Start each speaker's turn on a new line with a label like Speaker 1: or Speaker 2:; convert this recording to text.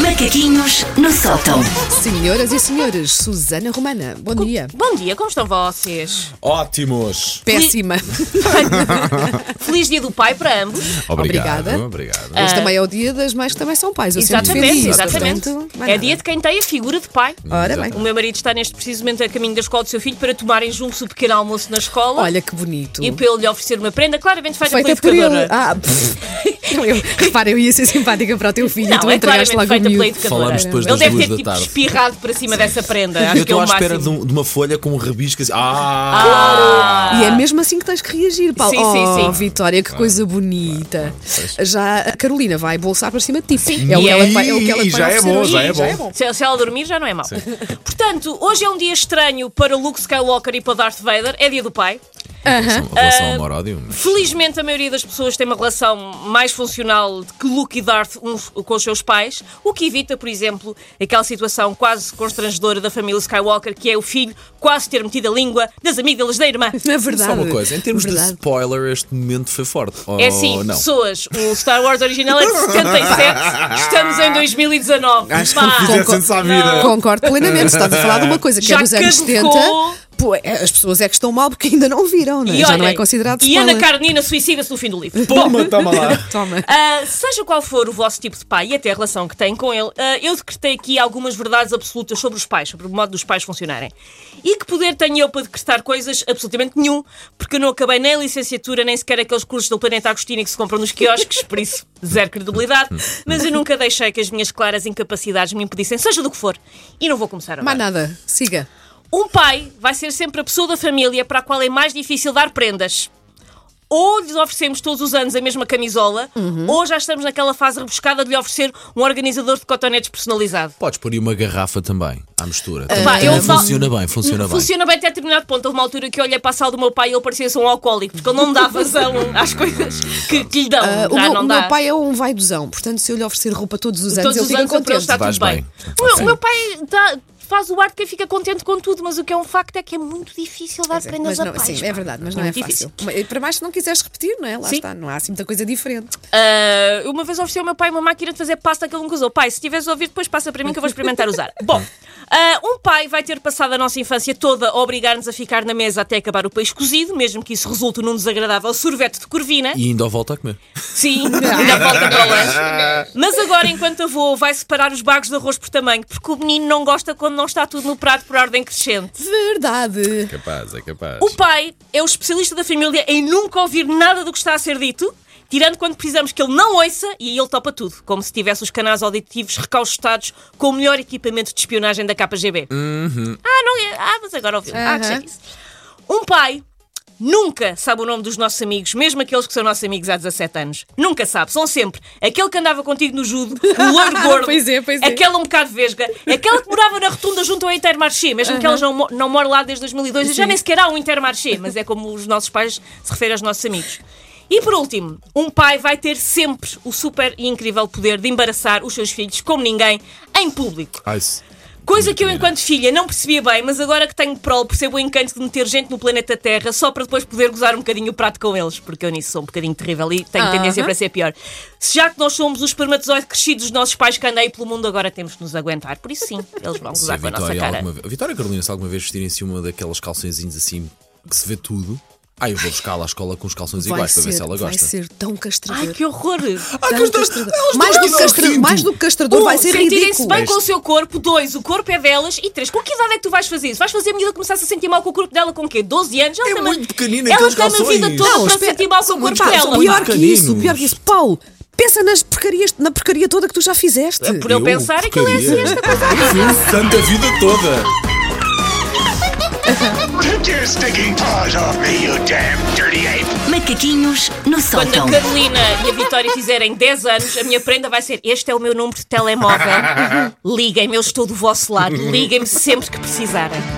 Speaker 1: Macaquinhos no sótão.
Speaker 2: Senhoras e senhores, Susana Romana, bom dia.
Speaker 3: Bom dia, como estão vocês?
Speaker 4: Ótimos!
Speaker 3: Ah.
Speaker 2: Péssima.
Speaker 3: Feliz dia do pai para ambos.
Speaker 2: Obrigada.
Speaker 4: Obrigado, obrigado.
Speaker 2: Hoje também é o dia das mães que também são pais. Eu sempre defendi
Speaker 3: exatamente,
Speaker 2: isso,
Speaker 3: exatamente.
Speaker 2: portanto, mais
Speaker 3: É
Speaker 2: nada.
Speaker 3: dia de quem tem a figura de pai.
Speaker 2: Ora bem.
Speaker 3: O meu marido está neste preciso momento a caminho da escola do seu filho para tomarem juntos o pequeno almoço na escola
Speaker 2: Olha que bonito.
Speaker 3: e é para ele lhe oferecer uma prenda claramente feita,
Speaker 2: Feita
Speaker 3: pela
Speaker 2: por ele.
Speaker 3: educadora.
Speaker 2: Ah, pff. Não, eu, repara, eu ia ser simpática para o teu filho e tu
Speaker 3: Não, é
Speaker 2: entregaste
Speaker 3: claramente
Speaker 2: logo o
Speaker 3: feita pela
Speaker 2: miúdo.
Speaker 3: educadora.
Speaker 4: Falamos depois
Speaker 3: ele
Speaker 4: das
Speaker 3: deve
Speaker 4: duas
Speaker 3: ter
Speaker 4: da
Speaker 3: tipo
Speaker 4: tarde.
Speaker 3: espirrado para cima dessa prenda. Acho
Speaker 4: Eu
Speaker 3: que é
Speaker 4: estou
Speaker 3: o
Speaker 4: à espera de,
Speaker 3: máximo.
Speaker 4: um- de uma folha com um rabisco assim. Ah!
Speaker 3: Ah,
Speaker 2: E é mesmo assim que tens que reagir, Paulo.
Speaker 3: Sim, sim,
Speaker 2: oh,
Speaker 3: sim.
Speaker 2: Vitória, que coisa bonita. Já a Carolina vai bolsar para cima de ti. Sim. É o
Speaker 3: E
Speaker 2: que ela
Speaker 3: é-
Speaker 2: vai- é o que ela
Speaker 4: e
Speaker 2: vai
Speaker 4: já é
Speaker 2: oferecer
Speaker 4: bom,
Speaker 2: hoje.
Speaker 4: já é bom.
Speaker 3: Se, se ela dormir, já não é mau. Portanto, hoje é um dia estranho para Luke Skywalker e para Darth Vader. É dia do pai.
Speaker 4: Em relação ao Moródio.
Speaker 3: Felizmente, a maioria das pessoas tem uma relação mais funcional de que Luke e Darth uns com os seus pais, o que evita, por exemplo, aquela situação quase constrangedora da família Skywalker, que é o filho quase ter metido a língua das amígdalas da irmã. É
Speaker 2: Na É verdade.
Speaker 4: Só uma coisa, em termos
Speaker 2: verdade.
Speaker 4: de spoiler, este momento foi forte. Ou
Speaker 3: É assim,
Speaker 4: Oh, não?
Speaker 3: pessoas, o Star Wars original é de 77, estamos em 2019.
Speaker 4: Acho que
Speaker 3: Pá,
Speaker 4: não fizesse senso à vida.
Speaker 2: Concordo plenamente. Estás a falar de uma coisa que
Speaker 3: Ah, Já
Speaker 2: é dos anos 70.
Speaker 3: caducou.
Speaker 2: Pô, é, as pessoas é que estão mal porque ainda não viram, né?
Speaker 3: E
Speaker 2: Já não é
Speaker 3: olhem,
Speaker 2: considerado
Speaker 3: E Ana
Speaker 2: spoiler.
Speaker 3: Carnina suicida-se no fim do livro.
Speaker 4: Toma, toma lá.
Speaker 2: Toma.
Speaker 3: Ah, seja qual for o vosso tipo de pai e até a relação que têm com ele, ah, eu decretei aqui algumas verdades absolutas sobre os pais, sobre o modo dos pais funcionarem. E que poder tenho eu para decretar coisas? Absolutamente nenhum, porque eu não acabei nem a licenciatura, nem sequer aqueles cursos do Planeta Agostinho que se compram nos quiosques, por isso, zero credibilidade. Mas eu nunca deixei que as minhas claras incapacidades me impedissem, seja do que for. E não vou começar agora.
Speaker 2: Mas nada, siga.
Speaker 3: Um pai vai ser sempre a pessoa da família para a qual é mais difícil dar prendas. Ou lhes oferecemos todos os anos a mesma camisola,
Speaker 2: Uhum.
Speaker 3: ou já estamos naquela fase rebuscada de lhe oferecer um organizador de cotonetes personalizado.
Speaker 4: Podes pôr aí uma garrafa também, à mistura. Também-
Speaker 3: Pá,
Speaker 4: também
Speaker 3: eu falo-
Speaker 4: funciona bem,
Speaker 2: Tá
Speaker 4: funciona bem.
Speaker 3: Funciona bem até determinado ponto. Houve uma altura que eu olhei para a sala do meu pai e ele parecia-se um alcoólico, porque ele não me dá vazão às coisas que, que lhe dão.
Speaker 2: Ah, o
Speaker 3: Já
Speaker 2: meu,
Speaker 3: não
Speaker 2: o
Speaker 3: dá.
Speaker 2: meu pai é um vaiduzão, portanto, se eu lhe oferecer roupa todos os anos,
Speaker 3: todos
Speaker 2: ele
Speaker 3: os
Speaker 2: fica
Speaker 3: anos é para ele
Speaker 2: contente.
Speaker 3: estar
Speaker 4: Vais
Speaker 3: tudo bem.
Speaker 4: bem.
Speaker 3: O meu- O meu pai dá- Faz o ar de quem fica contente com tudo, mas o que é um facto é que é muito difícil dar prendas
Speaker 2: Mas
Speaker 3: a
Speaker 2: não,
Speaker 3: pais.
Speaker 2: sim,
Speaker 3: pá.
Speaker 2: é verdade, mas não é
Speaker 3: muito difícil.
Speaker 2: fácil. Mas, Para mais se não quiseres repetir, não é? Lá
Speaker 3: Sim.
Speaker 2: está, não há assim muita coisa diferente.
Speaker 3: Ah, uma vez ofereci ao meu pai uma máquina de fazer pasta que ele nunca usou. Pai, se tiveres a ouvir, depois passa para mim que eu vou experimentar usar. Bom, ah, um pai vai ter passado a nossa infância toda a obrigar-nos a ficar na mesa até acabar o peixe cozido, mesmo que isso resulte num desagradável sorvete de corvina.
Speaker 4: E ainda volta a comer.
Speaker 3: Sim, ainda volta para o lanche. Mas agora, enquanto avô, vai separar os bagos de arroz por tamanho, porque o menino não gosta quando não está tudo no prato por ordem crescente.
Speaker 2: Verdade.
Speaker 4: Capaz, é capaz.
Speaker 3: O pai é o especialista da família em nunca ouvir nada do que está a ser dito, tirando quando precisamos que ele não ouça e ele topa tudo, como se tivesse os canais auditivos recaustados com o melhor equipamento de espionagem da KGB. Ah, não é. Ah, mas agora ouviu. Ah, que
Speaker 2: Aham.
Speaker 3: chatice. Um pai nunca sabe o nome dos nossos amigos, mesmo aqueles que são nossos amigos há 17 anos. Nunca sabe. São sempre aquele que andava contigo no judo, o loiro gordo,
Speaker 2: Pois é, pois é.
Speaker 3: aquela um bocado vesga, aquela que morava na rotunda junto ao Intermarché, mesmo que elas não, mo- não moram lá desde 2002. e Já nem sequer há um Intermarché, mas é como os nossos pais se referem aos nossos amigos. E por último, um pai vai ter sempre o super e incrível poder de embaraçar os seus filhos como ninguém em público.
Speaker 4: Ai, se-
Speaker 3: Coisa que eu, enquanto filha, não percebia bem, mas agora que tenho prol, percebo o encanto de meter gente no planeta Terra só para depois poder gozar um bocadinho o prato com eles, porque eu nisso sou um bocadinho terrível e tenho tendência
Speaker 2: Aham.
Speaker 3: para ser pior. Se Já que nós somos os espermatozoides crescidos dos nossos pais que andei pelo mundo, agora temos de nos aguentar. Por isso, sim, eles vão
Speaker 4: se a
Speaker 3: gozar com a nossa
Speaker 4: Vitória,
Speaker 3: cara.
Speaker 4: alguma vez, a Vitória e a Carolina, se alguma vez vestirem-se uma daquelas calçõezinhas assim que se vê tudo, ai eu vou buscá-la à escola com os calções
Speaker 2: Vai
Speaker 4: iguais para ver
Speaker 2: ser,
Speaker 4: se ela
Speaker 2: vai
Speaker 4: gosta.
Speaker 2: ser tão
Speaker 3: Ai,
Speaker 2: castrador.
Speaker 3: que horror!
Speaker 2: Tão castrador.
Speaker 4: elas
Speaker 2: mais, do que
Speaker 4: também são
Speaker 2: castra-
Speaker 4: ridículas.
Speaker 2: mais do que castrador,
Speaker 3: Um,
Speaker 2: vai ser
Speaker 3: sentirem-se
Speaker 2: ridículo.
Speaker 3: bem com o seu corpo. Dois, o corpo é delas. E três, com que idade é que tu vais fazer isso? Vais fazer a menina começar a se sentir mal com o corpo dela com o quê? 12 anos? Ela
Speaker 4: É
Speaker 3: tem
Speaker 4: muito
Speaker 3: uma-
Speaker 4: pequenina,
Speaker 3: Ela
Speaker 4: aqueles
Speaker 3: tem uma vida
Speaker 4: calções.
Speaker 3: toda
Speaker 2: Não,
Speaker 3: para se
Speaker 2: espera,
Speaker 3: sentir mal com o corpo
Speaker 2: Pá,
Speaker 3: dela.
Speaker 2: pior que
Speaker 4: Pequeninos.
Speaker 2: isso, pior que isso. Paulo, pensa nas porcarias, na porcaria toda que tu já fizeste.
Speaker 3: Por eu pensar, aquilo é assim, esta coisa.
Speaker 4: Santa um vida toda!
Speaker 5: Take your sticking paws off me, you damn dirty ape!
Speaker 1: Macaquinhos no
Speaker 3: Quando
Speaker 1: sótão.
Speaker 3: a Carolina e a Vitória fizerem 10 anos, a minha prenda vai ser: este é o meu número de telemóvel. Liguem-me, eu estou do vosso lado. Liguem-me sempre que precisarem.